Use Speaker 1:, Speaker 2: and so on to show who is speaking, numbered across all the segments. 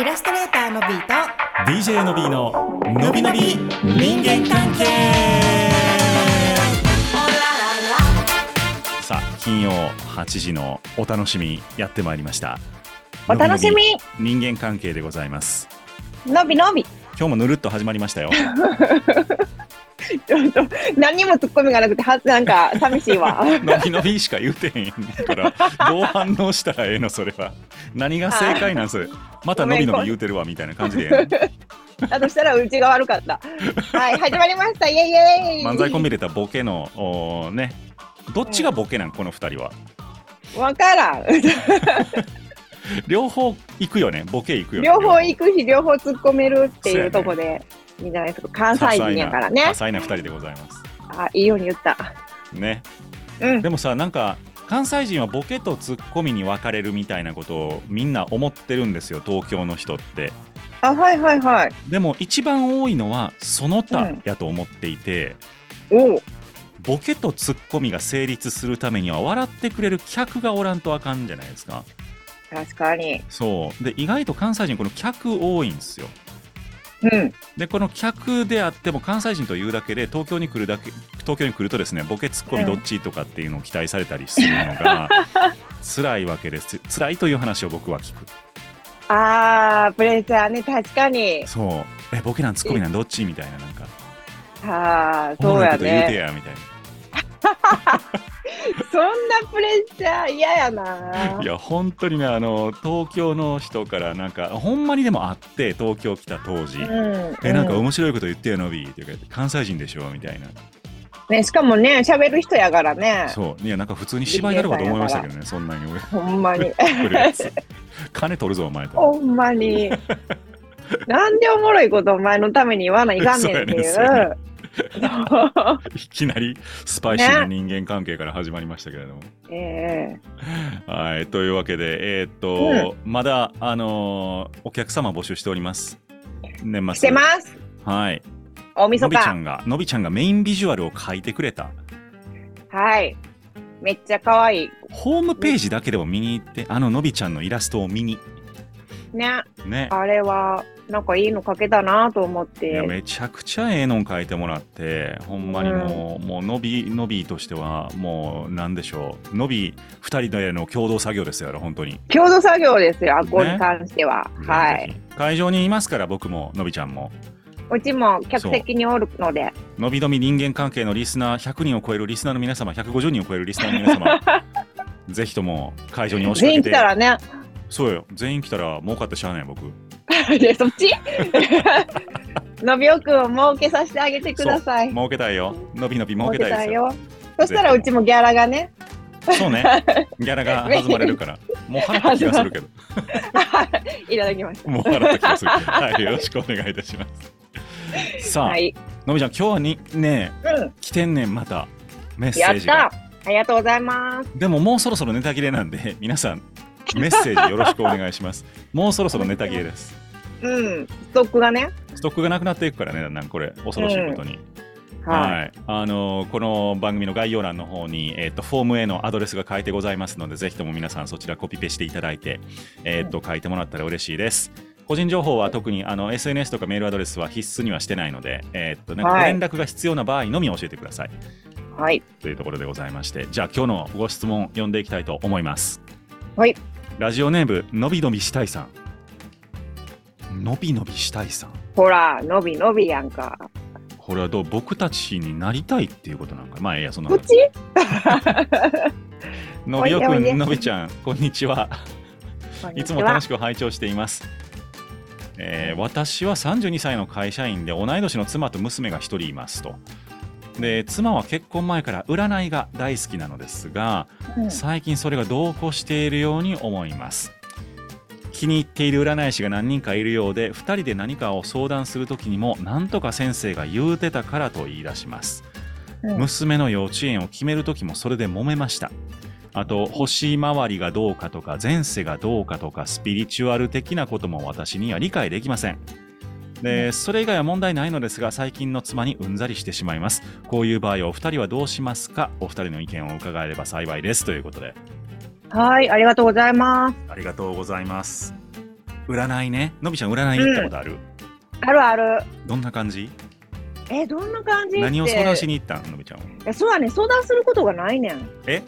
Speaker 1: イラストレーターのビーと
Speaker 2: DJ の B ののびのび人間関係さあ金曜8時のお楽しみやってまいりました
Speaker 3: お楽しみ
Speaker 2: のびのび人間関係でございます
Speaker 3: のびのび
Speaker 2: 今日もぬるっと始まりましたよ
Speaker 3: ちょっと何にもツッコミがなくてはなんか寂しいわ
Speaker 2: のびのびしか言うてへんからどう反応したらええのそれは何が正解なんそれまたのびのび言うてるわみたいな感じでえ
Speaker 3: だとしたらうちが悪かったはい始まりましたイエイイ
Speaker 2: え
Speaker 3: エイ
Speaker 2: の漫才コンビでたボケのおーねどっちがボケなんこの二人は
Speaker 3: わからん
Speaker 2: 両方行くよねボケ行くよね
Speaker 3: 両方行くし両方突っ込めるっていうとこでいいんじゃないですか関西人やからね
Speaker 2: 多彩な多彩な2人でございます
Speaker 3: あいいように言った
Speaker 2: ね
Speaker 3: うん
Speaker 2: でもさなんか関西人はボケとツッコミに分かれるみたいなことをみんな思ってるんですよ東京の人って
Speaker 3: あはいはいはい
Speaker 2: でも一番多いのはその他やと思っていて、
Speaker 3: おう
Speaker 2: ボケとツッコミが成立するためには笑ってくれる客がおらんとあかんじゃないですか
Speaker 3: 確かに
Speaker 2: そうで意外と関西人この客多いんですよ
Speaker 3: うん
Speaker 2: でこの客であっても関西人というだけで東京に来るだけ東京に来るとですねボケツッコミどっちとかっていうのを期待されたりするの が辛いわけです辛いという話を僕は聞く
Speaker 3: あープレッシャーね確かに
Speaker 2: そうえボケなんツッコミなんどっちみたいななんか
Speaker 3: あー
Speaker 2: おも
Speaker 3: そう
Speaker 2: ろい
Speaker 3: や
Speaker 2: こと言うて
Speaker 3: ね
Speaker 2: やみたい
Speaker 3: そんなプレッシャー嫌やな
Speaker 2: ないや本当にねあの東京の人からなんかほんまにでもあって東京来た当時、
Speaker 3: うん
Speaker 2: えなんか面白いこと言ってよのびっていうか関西人でしょみたいな
Speaker 3: ね、しかもね、喋る人やからね。
Speaker 2: そういやなんか普通に芝居やるかと思いましたけどねそんなに俺
Speaker 3: ほんまに。
Speaker 2: 来るやつ金取るぞお前と。
Speaker 3: ほんまに。なんでおもろいことお前のために言わないかんねんって い
Speaker 2: そうや
Speaker 3: う。
Speaker 2: いきなりスパイシーな人間関係から始まりましたけれども。
Speaker 3: え え
Speaker 2: はいというわけで、えーっとまだ、あのーお客様募集しております。年末
Speaker 3: してます。
Speaker 2: はい。
Speaker 3: 大晦
Speaker 2: のびちゃ
Speaker 3: 日。
Speaker 2: んが、のびちゃんがメインビジュアルを書いてくれた。
Speaker 3: はい。めっちゃ可愛い。
Speaker 2: ホームページだけでも見に行って、あののびちゃんのイラストを見に。
Speaker 3: ね、
Speaker 2: ね。
Speaker 3: あれは、なんかいいのかけたなと思っ
Speaker 2: いや
Speaker 3: て。
Speaker 2: めちゃくちゃええのん書いてもらってほんまにもう,、もうのびのびとしてはもうなんでしょうのび2人での共同作業ですよ本当に
Speaker 3: 共同作業ですよ、あこに関しては。は
Speaker 2: ぜ
Speaker 3: い。
Speaker 2: ひ会場にいますから僕ものびちゃんも
Speaker 3: うちも客席におるので。
Speaker 2: のびのび人間関係のリスナー100人を超えるリスナーの皆様150人を超えるリスナーの皆 様ぜひとも会場に押しか
Speaker 3: 全
Speaker 2: け
Speaker 3: 員
Speaker 2: て
Speaker 3: 来たらね。
Speaker 2: そうよ全員来たら儲かってしゃあない僕
Speaker 3: いや そっちのびおくんを儲けさせてあげてください。
Speaker 2: 儲けたいよのびのび儲けたいですよ
Speaker 3: よ。そしたらうちもギャラがね、
Speaker 2: そうねギャラが 弾まれるからもう払った気がするけど
Speaker 3: いただきまし
Speaker 2: もう払った気がするはいよろしくお願いいたします
Speaker 3: た。
Speaker 2: さあ、
Speaker 3: はい。
Speaker 2: のびちゃん今日はにね
Speaker 3: うん。
Speaker 2: 来てんねんまたメッセ
Speaker 3: や
Speaker 2: ー
Speaker 3: っ
Speaker 2: ジが
Speaker 3: た。ありがとうございます。
Speaker 2: でももうそろそろネタ切れなんで 皆さんメッセージよろしくお願いし ます。もうそろそろネタ切れです。
Speaker 3: うん。ストックがね。
Speaker 2: ストックがなくなっていくからね、だんだんこれ恐ろしいことに。
Speaker 3: はい。
Speaker 2: はい、あのーこの番組の概要欄の方にえっ、とフォームへのアドレスが書いてございますので、ぜひとも皆さんそちらコピペしていただいてえっ、と書いてもらったら嬉しいです。個人情報は特にあの SNS とかメールアドレスは必須にはしてないので、えっ、となんかご
Speaker 3: はい
Speaker 2: 連絡が必要な場合のみ教えてください、
Speaker 3: はい。
Speaker 2: というところでございまして、じゃあ今日のご質問読んでいきたいと思います。
Speaker 3: はい。
Speaker 2: ラジオネームのびのびしたいさん。のびのびしたいさん。
Speaker 3: ほら、のびのびやんか。
Speaker 2: これはどう僕たちになりたいっていうことなんか。まあいいやその
Speaker 3: こっち
Speaker 2: のびお
Speaker 3: お
Speaker 2: く
Speaker 3: いでおいで
Speaker 2: ん、のびちゃん、こんにちは。いつも楽しく拝聴しています。えー私は32歳の会社員で同い年の妻と娘が1人いますと。で妻は結婚前から占いが大好きなのですが、
Speaker 3: うん
Speaker 2: 最近それが同行しているように思います気に入っている占い師が何人かいるようで2人で何かを相談する時にも何とか先生が言うてたからと言い出します、
Speaker 3: うん
Speaker 2: 娘の幼稚園を決める時もそれで揉めましたあと星回りがどうかとか前世がどうかとかスピリチュアル的なことも私には理解できませんでそれ以外は問題ないのですが最近の妻にうんざりしてしまいますこういう場合お二人はどうしますかお二人の意見を伺えれば幸いですということで
Speaker 3: はい。ありがとうございます。
Speaker 2: ありがとうございます。占いねのびちゃん占い行ったことある、
Speaker 3: あるある。
Speaker 2: どんな感じ
Speaker 3: え、どんな感じって
Speaker 2: 何を相談しに行ったんのびちゃんは
Speaker 3: えそうやねん相談することがないねん。
Speaker 2: え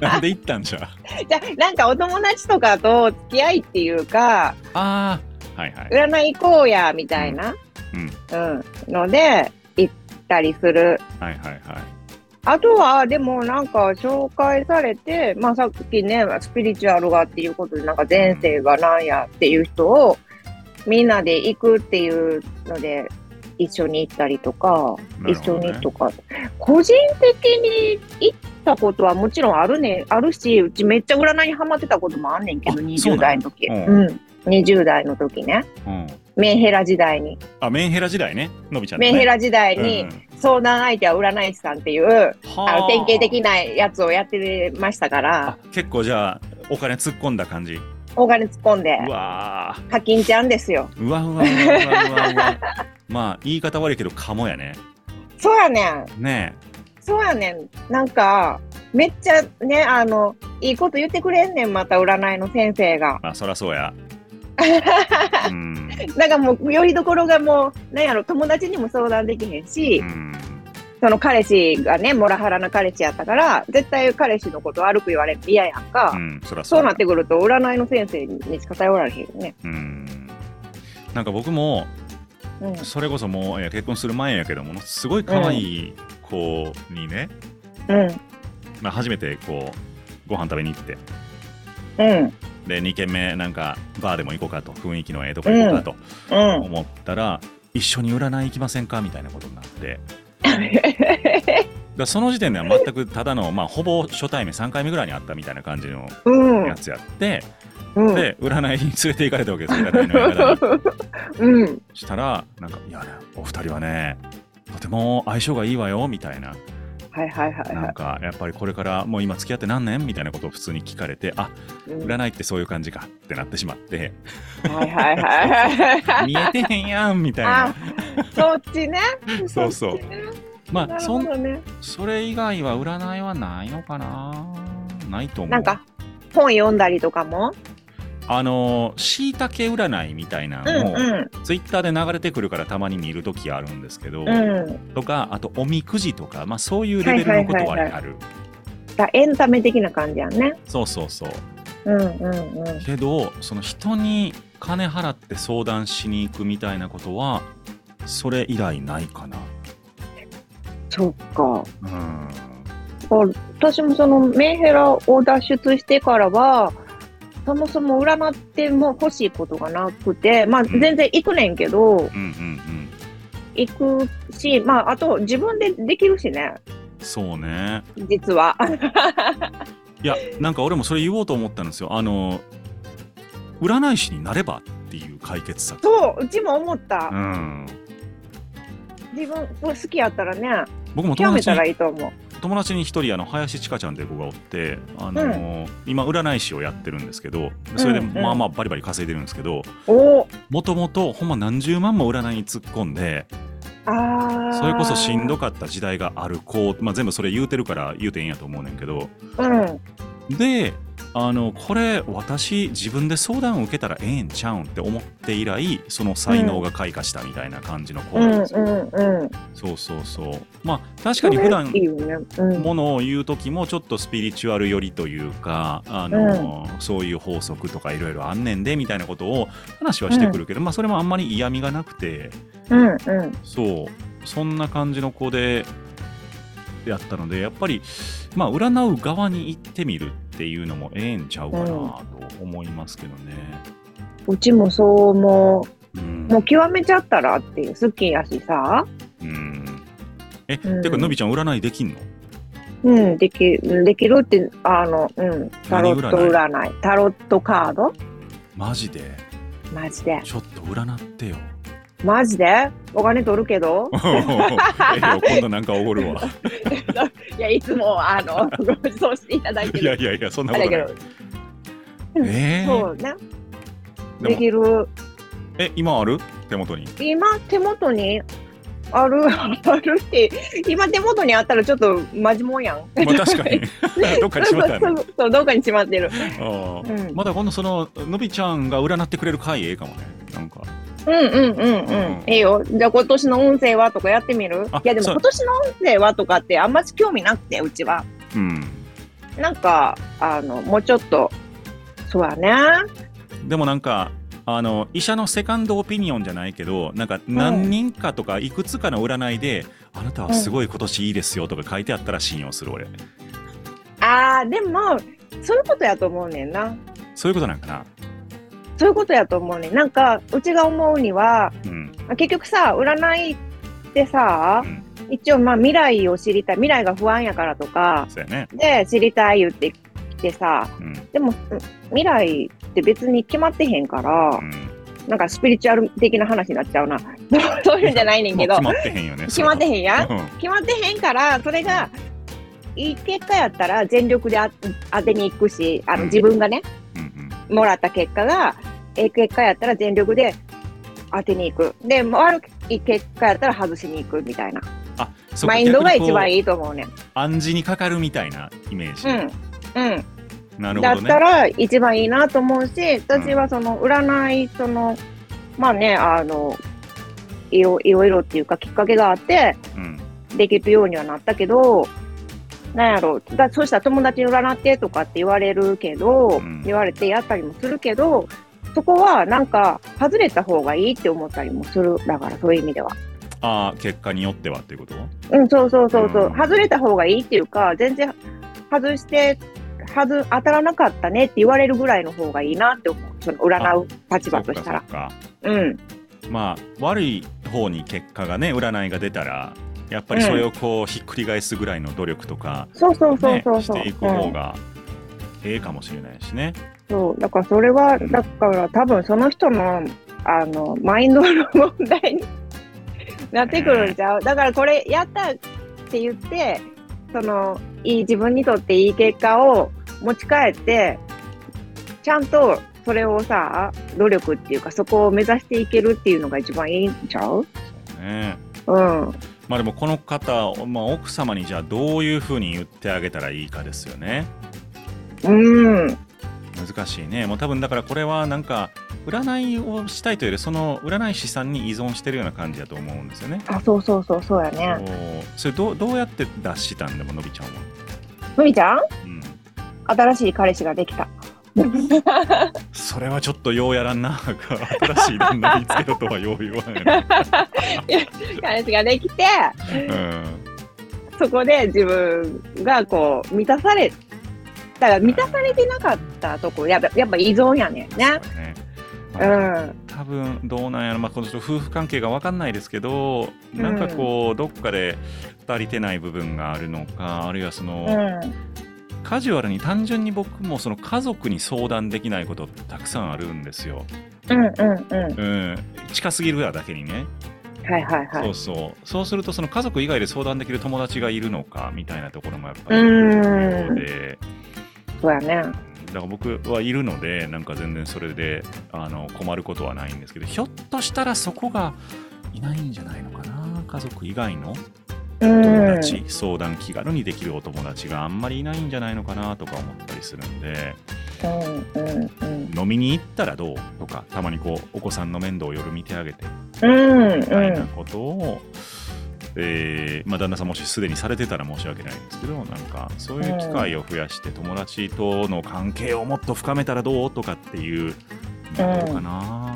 Speaker 2: なん で行ったんじゃ
Speaker 3: じゃあなんかお友達とかと付き合いっていうか
Speaker 2: ああはいはい
Speaker 3: 占い行こうやみたいな、
Speaker 2: うん
Speaker 3: うんので行ったりする
Speaker 2: はいはいはい
Speaker 3: あとはでもなんか紹介されて、まあ、さっきねスピリチュアルがっていうことでなんか前世がなんやっていう人をみんなで行くっていうので一緒に行ったりとか、
Speaker 2: なる
Speaker 3: 一
Speaker 2: ほど
Speaker 3: 緒
Speaker 2: ね
Speaker 3: にとか個人的に行ったことはもちろんあるねあるしうちめっちゃ占いにハマってたこともあんねんけど
Speaker 2: あそう
Speaker 3: 20
Speaker 2: な
Speaker 3: 代
Speaker 2: ん
Speaker 3: の時
Speaker 2: うん
Speaker 3: うん、20代の時ね
Speaker 2: うん
Speaker 3: メンヘラ時代に、
Speaker 2: あメンヘラ時代ねのびちゃんの
Speaker 3: メ
Speaker 2: ね
Speaker 3: ンヘラ時代
Speaker 2: う
Speaker 3: に
Speaker 2: んうん
Speaker 3: 相談相手は占い師さんっていうあ
Speaker 2: は
Speaker 3: の
Speaker 2: あ
Speaker 3: 典型的なやつをやってましたから
Speaker 2: あ結構じゃあお金突っ込んだ感じ
Speaker 3: お金突っ込んで
Speaker 2: うわ
Speaker 3: 課金ちゃんですよ
Speaker 2: ーうわうわうわうわうわうわまあ言い方悪いけどかもやね
Speaker 3: そうやねん
Speaker 2: ね
Speaker 3: そうやねんなんかめっちゃねあのいいこと言ってくれんねんまた占いの先生が
Speaker 2: えまあそらそう やうん
Speaker 3: なんかもうよりどころがもうなんやろ友達にも相談できへんし、
Speaker 2: うん
Speaker 3: その彼氏がねモラハラな彼氏やったから絶対彼氏のこと悪く言われるの嫌やんか、
Speaker 2: うんそらそう
Speaker 3: そう
Speaker 2: や
Speaker 3: なってくると占いの先生にしか頼られへんよね、
Speaker 2: うんなんか僕も
Speaker 3: うん、
Speaker 2: それこそもうえー結婚する前やけどもすごい可愛い子にね、
Speaker 3: うん
Speaker 2: まあ、初めてこうご飯食べに行って
Speaker 3: うん
Speaker 2: で2軒目なんかバーでも行こうかと雰囲気のええとこ行こうかと
Speaker 3: うん
Speaker 2: 思ったら、一緒に占い行きませんかみたいなことになってだその時点では全くただの、まあ、ほぼ初対面3回目ぐらいにあったみたいな感じの
Speaker 3: うん
Speaker 2: やつやって、
Speaker 3: うん
Speaker 2: で占いに連れて行かれたわけですよ占いの映画に
Speaker 3: うん
Speaker 2: したらなんか「いやねお二人はねとても相性がいいわよ」みたいな
Speaker 3: はいはいはい
Speaker 2: な
Speaker 3: は
Speaker 2: んかやっぱりこれからもう今付き合って何年みたいなことを普通に聞かれて「あ
Speaker 3: い、うん、はい
Speaker 2: 占いってそういう感じか」ってなってしま って
Speaker 3: はいはい
Speaker 2: 「
Speaker 3: は
Speaker 2: 見
Speaker 3: い
Speaker 2: えてへんやん」みたいな
Speaker 3: あそっちね
Speaker 2: そうそう
Speaker 3: っちね
Speaker 2: ま
Speaker 3: な
Speaker 2: あ
Speaker 3: る
Speaker 2: そ
Speaker 3: ほ
Speaker 2: ん
Speaker 3: どね
Speaker 2: それ以外は占いはないのかなないと思う
Speaker 3: なんか本読んだりとかも
Speaker 2: あのしいたけ占いみたいな
Speaker 3: うん
Speaker 2: のを、
Speaker 3: うん
Speaker 2: ツイッターで流れてくるからたまに見るときあるんですけど、
Speaker 3: うん
Speaker 2: とかあとおみくじとか、まあ、そういうレベルのことは
Speaker 3: はいはいはいは
Speaker 2: ある
Speaker 3: だエンタメ的な感じやんね
Speaker 2: そうそうそう
Speaker 3: うんうんうん
Speaker 2: けどその人に金払って相談しに行くみたいなことはそれ以来ないかな
Speaker 3: そっか
Speaker 2: うん
Speaker 3: 私もそのメンヘラを脱出してからはそもそも占っても欲しいことがなくて、まあ、
Speaker 2: ん
Speaker 3: 全然行くねんけど、
Speaker 2: うんうん
Speaker 3: 行くし、まあ、あと自分でできるしね
Speaker 2: うんそうね
Speaker 3: 実は。
Speaker 2: いやなんか俺もそれ言おうと思ったんですよあの占い師になればっていう解決策
Speaker 3: そううちも思っ
Speaker 2: う
Speaker 3: た、
Speaker 2: ん
Speaker 3: 自分好きやったらね
Speaker 2: 僕も
Speaker 3: 極
Speaker 2: 友
Speaker 3: め
Speaker 2: 達
Speaker 3: たら
Speaker 2: に
Speaker 3: いいと思う。
Speaker 2: 友達に一人あの林千佳ちゃんって子がおってあのー、今占い師をやってるんですけどそれで
Speaker 3: うんうん
Speaker 2: まあまあバリバリ稼いでるんですけど
Speaker 3: おー
Speaker 2: もともとほんま何十万も占いに突っ込んで
Speaker 3: あ
Speaker 2: それこそしんど
Speaker 3: く、
Speaker 2: かった時代がある子、まあ、全部それ言うてるから言うてんやと思うねんけど
Speaker 3: うん、
Speaker 2: であのこれ私自分で相談を受けたらええんちゃうんって思って以来その才能が開花したみたいな感じの子
Speaker 3: う
Speaker 2: なん
Speaker 3: ん
Speaker 2: ですよ、
Speaker 3: うんうん
Speaker 2: そうそうそうまあ確かに普段
Speaker 3: いいよね、うん、
Speaker 2: ものを言う時もちょっとスピリチュアル寄りというかあの、そういう法則とかいろいろあんねんでみたいなことを話はしてくるけど、まあそれもあんまり嫌味がなくて
Speaker 3: うんうん
Speaker 2: そうそんな感じの子でやったのでやっぱりまあ占う側に行ってみるっていうのもええんちゃうかなと思いますけどね。
Speaker 3: うちもそう思う
Speaker 2: うん
Speaker 3: もう極めちゃったらっていう好きやしさ
Speaker 2: うんえ、
Speaker 3: うん
Speaker 2: てかのびちゃん占いできんの
Speaker 3: うんできできるってあのうんタロット
Speaker 2: 何
Speaker 3: 占いタロットカード
Speaker 2: マジで
Speaker 3: マジで
Speaker 2: ちょっと占って よ。
Speaker 3: マジでお金取るけど
Speaker 2: おーええよ今度なんかおごるわ。
Speaker 3: いやいつもあのご馳走していただいて
Speaker 2: いや
Speaker 3: る
Speaker 2: いやいやそんな
Speaker 3: あ
Speaker 2: こ
Speaker 3: れ
Speaker 2: と
Speaker 3: やけ
Speaker 2: ない
Speaker 3: ど。
Speaker 2: えー
Speaker 3: そうね
Speaker 2: で
Speaker 3: で
Speaker 2: も
Speaker 3: きる
Speaker 2: え今ある手元に。
Speaker 3: 今手元にある、 あるって、今手元にあったらちょっとマジもんやん。
Speaker 2: まあ確かに どっかにしまったよね
Speaker 3: そうそうそう、どっかにしまってる。
Speaker 2: あ
Speaker 3: う
Speaker 2: ー
Speaker 3: ん、
Speaker 2: まだ今度そののびちゃんが占ってくれる回ええかもねなんか
Speaker 3: うんうんうんうん。いいよ。じゃあ今年の運勢はとかやってみる
Speaker 2: あ
Speaker 3: いやでも
Speaker 2: そう
Speaker 3: 今年の運勢はとかってあんまし興味なくて、うちは。
Speaker 2: うん
Speaker 3: なんか、あの、もうちょっと、そうやね。
Speaker 2: でもなんかあの医者のセカンドオピニオンじゃないけどなんか何人かとかいくつかの占いで、あなたはすごい今年いいですよとか書いてあったら信用する俺
Speaker 3: あー、でも、そういうことやと思うねんな。
Speaker 2: そういうことなんかな
Speaker 3: そういうことやと思うねん。なんか、うちが思うには、
Speaker 2: うん
Speaker 3: 結局さ、占いってさ
Speaker 2: う、ん
Speaker 3: 一応まあ未来を知りたい。未来が不安やからとか、
Speaker 2: そうやね
Speaker 3: で、知りたい言ってきてさ、
Speaker 2: うん
Speaker 3: でも、うん未来って別に決まってへんから、
Speaker 2: うん
Speaker 3: なんかスピリチュアル的な話になっちゃうな。 そういうんじゃないねん
Speaker 2: も
Speaker 3: け
Speaker 2: う
Speaker 3: ど
Speaker 2: 決。まってへんよね
Speaker 3: 決まって
Speaker 2: ん
Speaker 3: へんやん。
Speaker 2: うん
Speaker 3: 決まってへんから、それが、いい結果やったら全力であ当てに行くし、あ
Speaker 2: う
Speaker 3: の
Speaker 2: ん
Speaker 3: 自分がね、
Speaker 2: うん
Speaker 3: もらった結果が、ええ結果やったら全力で当てに行く。で、悪い結果やったら外しに行くみたいな。
Speaker 2: あそうか
Speaker 3: マインドが
Speaker 2: 逆にこう
Speaker 3: 一番いいと思うねん。
Speaker 2: 暗示にかかるみたいなイメージ、
Speaker 3: うん。うん。
Speaker 2: なる
Speaker 3: だ
Speaker 2: ほ
Speaker 3: っ
Speaker 2: ど
Speaker 3: た
Speaker 2: ね
Speaker 3: ら一番いいなと思うし、私はその占い、その、まあね、あの、いろいろいろっていうかきっかけがあって、
Speaker 2: うん
Speaker 3: できるようにはなったけど、なんやろだ、そうしたら友達に占ってとかって言われるけど、
Speaker 2: うん
Speaker 3: 言われてやったりもするけど、そこはなんか外れた方がいいって思ったりもする。だからそういう意味では。
Speaker 2: ああ結果によってはっていうこと
Speaker 3: うん、そうそうそうそう。
Speaker 2: うん
Speaker 3: 外れた方がいいっていうか、全然外して、外、当たらなかったねって言われるぐらいの方がいいなって思う。その占う立場としたら
Speaker 2: そっ。か
Speaker 3: う
Speaker 2: そ
Speaker 3: ん。
Speaker 2: っかまあ悪い方に結果がね占いが出たらやっぱりそれをこうひっくり返すぐらいの努力とか、
Speaker 3: そうそうそう
Speaker 2: ね
Speaker 3: そう
Speaker 2: し
Speaker 3: そう。
Speaker 2: ていく
Speaker 3: う
Speaker 2: 方
Speaker 3: ん
Speaker 2: がええかもしれないしね、
Speaker 3: そう、だからそれは、だから多分その人の、あの、マインドの問題になってくるんちゃう。だからこれやったって言って、その、いい、自分にとっていい結果を持ち帰って、ちゃんとそれをさ、努力っていうか、そこを目指していけるっていうのが一番いいんちゃう
Speaker 2: ね
Speaker 3: うん。
Speaker 2: まあでもこの方、まあ、奥様にじゃあどういうふうに言ってあげたらいいかですよね
Speaker 3: うん。
Speaker 2: 難しいねもう多分だからこれはなんか占いをしたいというよりその占い師さんに依存してるような感じだと思うんですよね
Speaker 3: あ、そうそうそう、そうやね。
Speaker 2: そうそれどうどうやって出したんでものびちゃんは、
Speaker 3: ふみちゃん
Speaker 2: うん、
Speaker 3: 新しい彼氏ができた。
Speaker 2: それはちょっとようやらんな新しい旦那見つけろとはよう言わんよね、
Speaker 3: 彼氏ができて、
Speaker 2: うん、
Speaker 3: そこで自分がこう満たされだから満たされてなかったとこやっぱやっぱ依存やねんね。
Speaker 2: そうだね
Speaker 3: う
Speaker 2: まあ
Speaker 3: ん、
Speaker 2: 多分どうなんやろ、まあ、この人夫婦関係が分かんないですけどなんかこうどっかで足りてない部分があるのかあるいはその、
Speaker 3: う
Speaker 2: カジュアルに単純に僕もその家族に相談できないことってたくさんあるんですよ。
Speaker 3: ん、うん、うん、うん。
Speaker 2: うん、近すぎるがだけにね、
Speaker 3: はいはいは
Speaker 2: そ
Speaker 3: い。
Speaker 2: うそうそうするとその家族以外で相談できる友達がいるのかみたいなところもやっぱり
Speaker 3: う
Speaker 2: 重
Speaker 3: ー
Speaker 2: 要
Speaker 3: ん
Speaker 2: で
Speaker 3: そうやね。
Speaker 2: だから僕はいるのでなんか全然それであの困ることはないんですけどひょっとしたらそこがいないんじゃないのかな家族以外の
Speaker 3: う
Speaker 2: 友
Speaker 3: ん。
Speaker 2: 達、相談気軽にできるお友達があんまりいないんじゃないのかなとか思ったりするんで。
Speaker 3: うん、うん、
Speaker 2: 飲みに行ったらどうとかたまにこうお子さんの面倒を夜見てあげて
Speaker 3: うん。うん、。
Speaker 2: みたいうなんことを、えーまあ、旦那さんもしすでにされてたら申し訳ないんですけどなんかそういう機会を増やして友達との関係をもっと深めたらどうとかっていうのどうかな、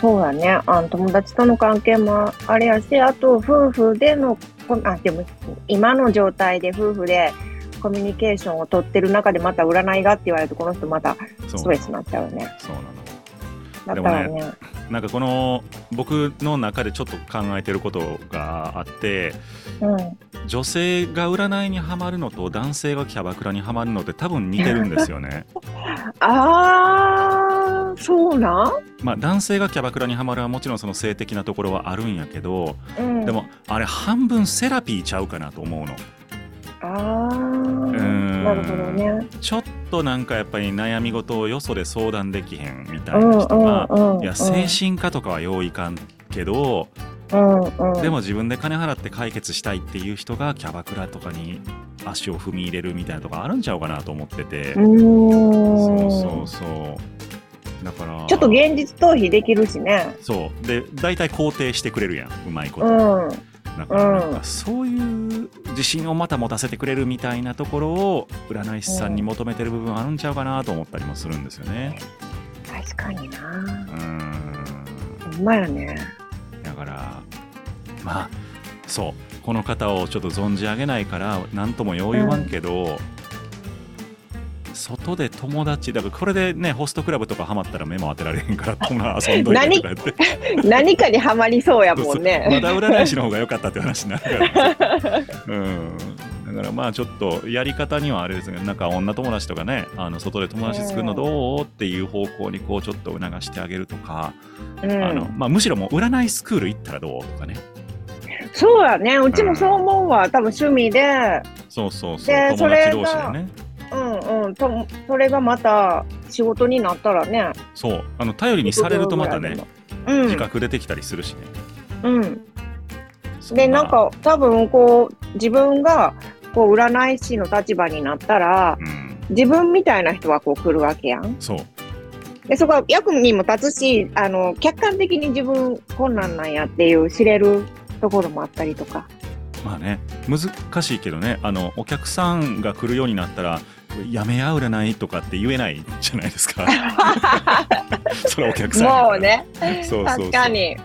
Speaker 3: そうやね。あの友達との関係もあれやし、あと夫婦での、こあ、でも今の状態で夫婦でコミュニケーションを取ってる中でまた占いがって言われると、この人またストレスになっちゃうね。
Speaker 2: そうなの
Speaker 3: だ
Speaker 2: で
Speaker 3: か
Speaker 2: もね
Speaker 3: らね。
Speaker 2: なんかこの僕の中でちょっと考えてることがあって
Speaker 3: うん。
Speaker 2: 女性が占いにはまるのと男性がキャバクラにはまるのって多分似てるんですよね。
Speaker 3: あー、そうなん、
Speaker 2: まあ、男性がキャバクラにはまるはもちろんその性的なところはあるんやけど
Speaker 3: うん、
Speaker 2: でもあれ半分セラピーちゃうかなと思うの
Speaker 3: あー
Speaker 2: ん
Speaker 3: なるほどね
Speaker 2: ちょっとなんかやっぱり悩み事をよそで相談できへんみた
Speaker 3: う
Speaker 2: い
Speaker 3: ん
Speaker 2: な
Speaker 3: う
Speaker 2: 人が
Speaker 3: んうんうん
Speaker 2: いや精神科とかはよういかんけど
Speaker 3: うんうん。
Speaker 2: でも自分で金払って解決したいっていう人がキャバクラとかに足を踏み入れるみたいなとこあるんちゃうかなと思ってて、
Speaker 3: うー
Speaker 2: そ
Speaker 3: ん。
Speaker 2: うそうそうだから
Speaker 3: ちょっと現実逃避できるしね。
Speaker 2: そうで大体肯定してくれるやんうまいこと、
Speaker 3: うん。
Speaker 2: だからなん
Speaker 3: う
Speaker 2: かそういう自信をまた持たせてくれるみたいなところを占い師さんに求めてる部分あるんちゃうかなと思ったりもするんですよね
Speaker 3: 確かにな。
Speaker 2: うーん
Speaker 3: ほんまや ね。
Speaker 2: だからまあそうこの方をちょっと存じ上げないから何ともよう言わんけど、外で友達だからこれでねホストクラブとかハマったら目も当てられへんから友達遊んどいてとかやって
Speaker 3: 何かにはまりそうや
Speaker 2: そう
Speaker 3: も
Speaker 2: そうん
Speaker 3: ね。
Speaker 2: まだ占い師の方が良かったって話になるから ね、うん、だからまあちょっとやり方にはあれですがなんか女友達とかねあの外で友達作るのどうっていう方向にこうちょっと促してあげるとか、
Speaker 3: うん
Speaker 2: あのまあ、むしろもう占いスクール行ったらどうとかね
Speaker 3: そうやね。うちもそう思うわ。多分趣味で。
Speaker 2: そうそうそう
Speaker 3: で
Speaker 2: 友
Speaker 3: それ
Speaker 2: 達
Speaker 3: が
Speaker 2: 同士でね
Speaker 3: うんうん。とそれがまた仕事になったらね。
Speaker 2: そうあの頼りにされるとまたね。
Speaker 3: う
Speaker 2: 自
Speaker 3: ん。
Speaker 2: 覚出てきたりするしね、
Speaker 3: うん。
Speaker 2: そ
Speaker 3: でなん、か多分こう自分がこう占い師の立場になったら
Speaker 2: うん、
Speaker 3: 自分みたいな人はこう来るわけやん。
Speaker 2: そう
Speaker 3: でそこは役にも立つしあの客観的に自分こんなんなんやっていう知れるところもあったりとか。
Speaker 2: まあね難しいけどねあのお客さんが来るようになったらやめや占いとかって言えないじゃないです かそれはお客さんやから
Speaker 3: もうね
Speaker 2: そうそうそう
Speaker 3: 確か、に。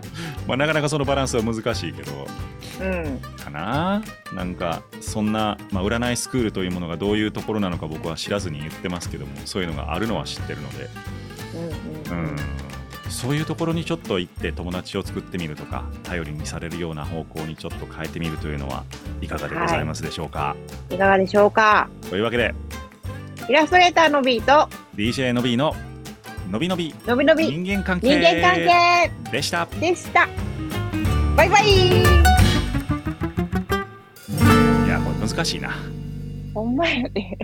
Speaker 2: まあ、なかなかそのバランスは難しいけど
Speaker 3: うん
Speaker 2: かななんかそんな、まあ、占いスクールというものがどういうところなのか僕は知らずに言ってますけどもそういうのがあるのは知ってるので、
Speaker 3: う
Speaker 2: うん
Speaker 3: う
Speaker 2: ん、
Speaker 3: ん
Speaker 2: そういうところにちょっと行って友達を作ってみるとか頼りにされるような方向にちょっと変えてみるというのはいかがでございますでしょうか、
Speaker 3: いかがでしょうか
Speaker 2: というわけで
Speaker 3: イラストレーターのビート
Speaker 2: DJ のびののびのび
Speaker 3: のびのび
Speaker 2: 人間関
Speaker 3: 人
Speaker 2: 係
Speaker 3: 間関係
Speaker 2: でした。
Speaker 3: でした。バイバイ
Speaker 2: いやこれ難しいな。
Speaker 3: ほんまやで。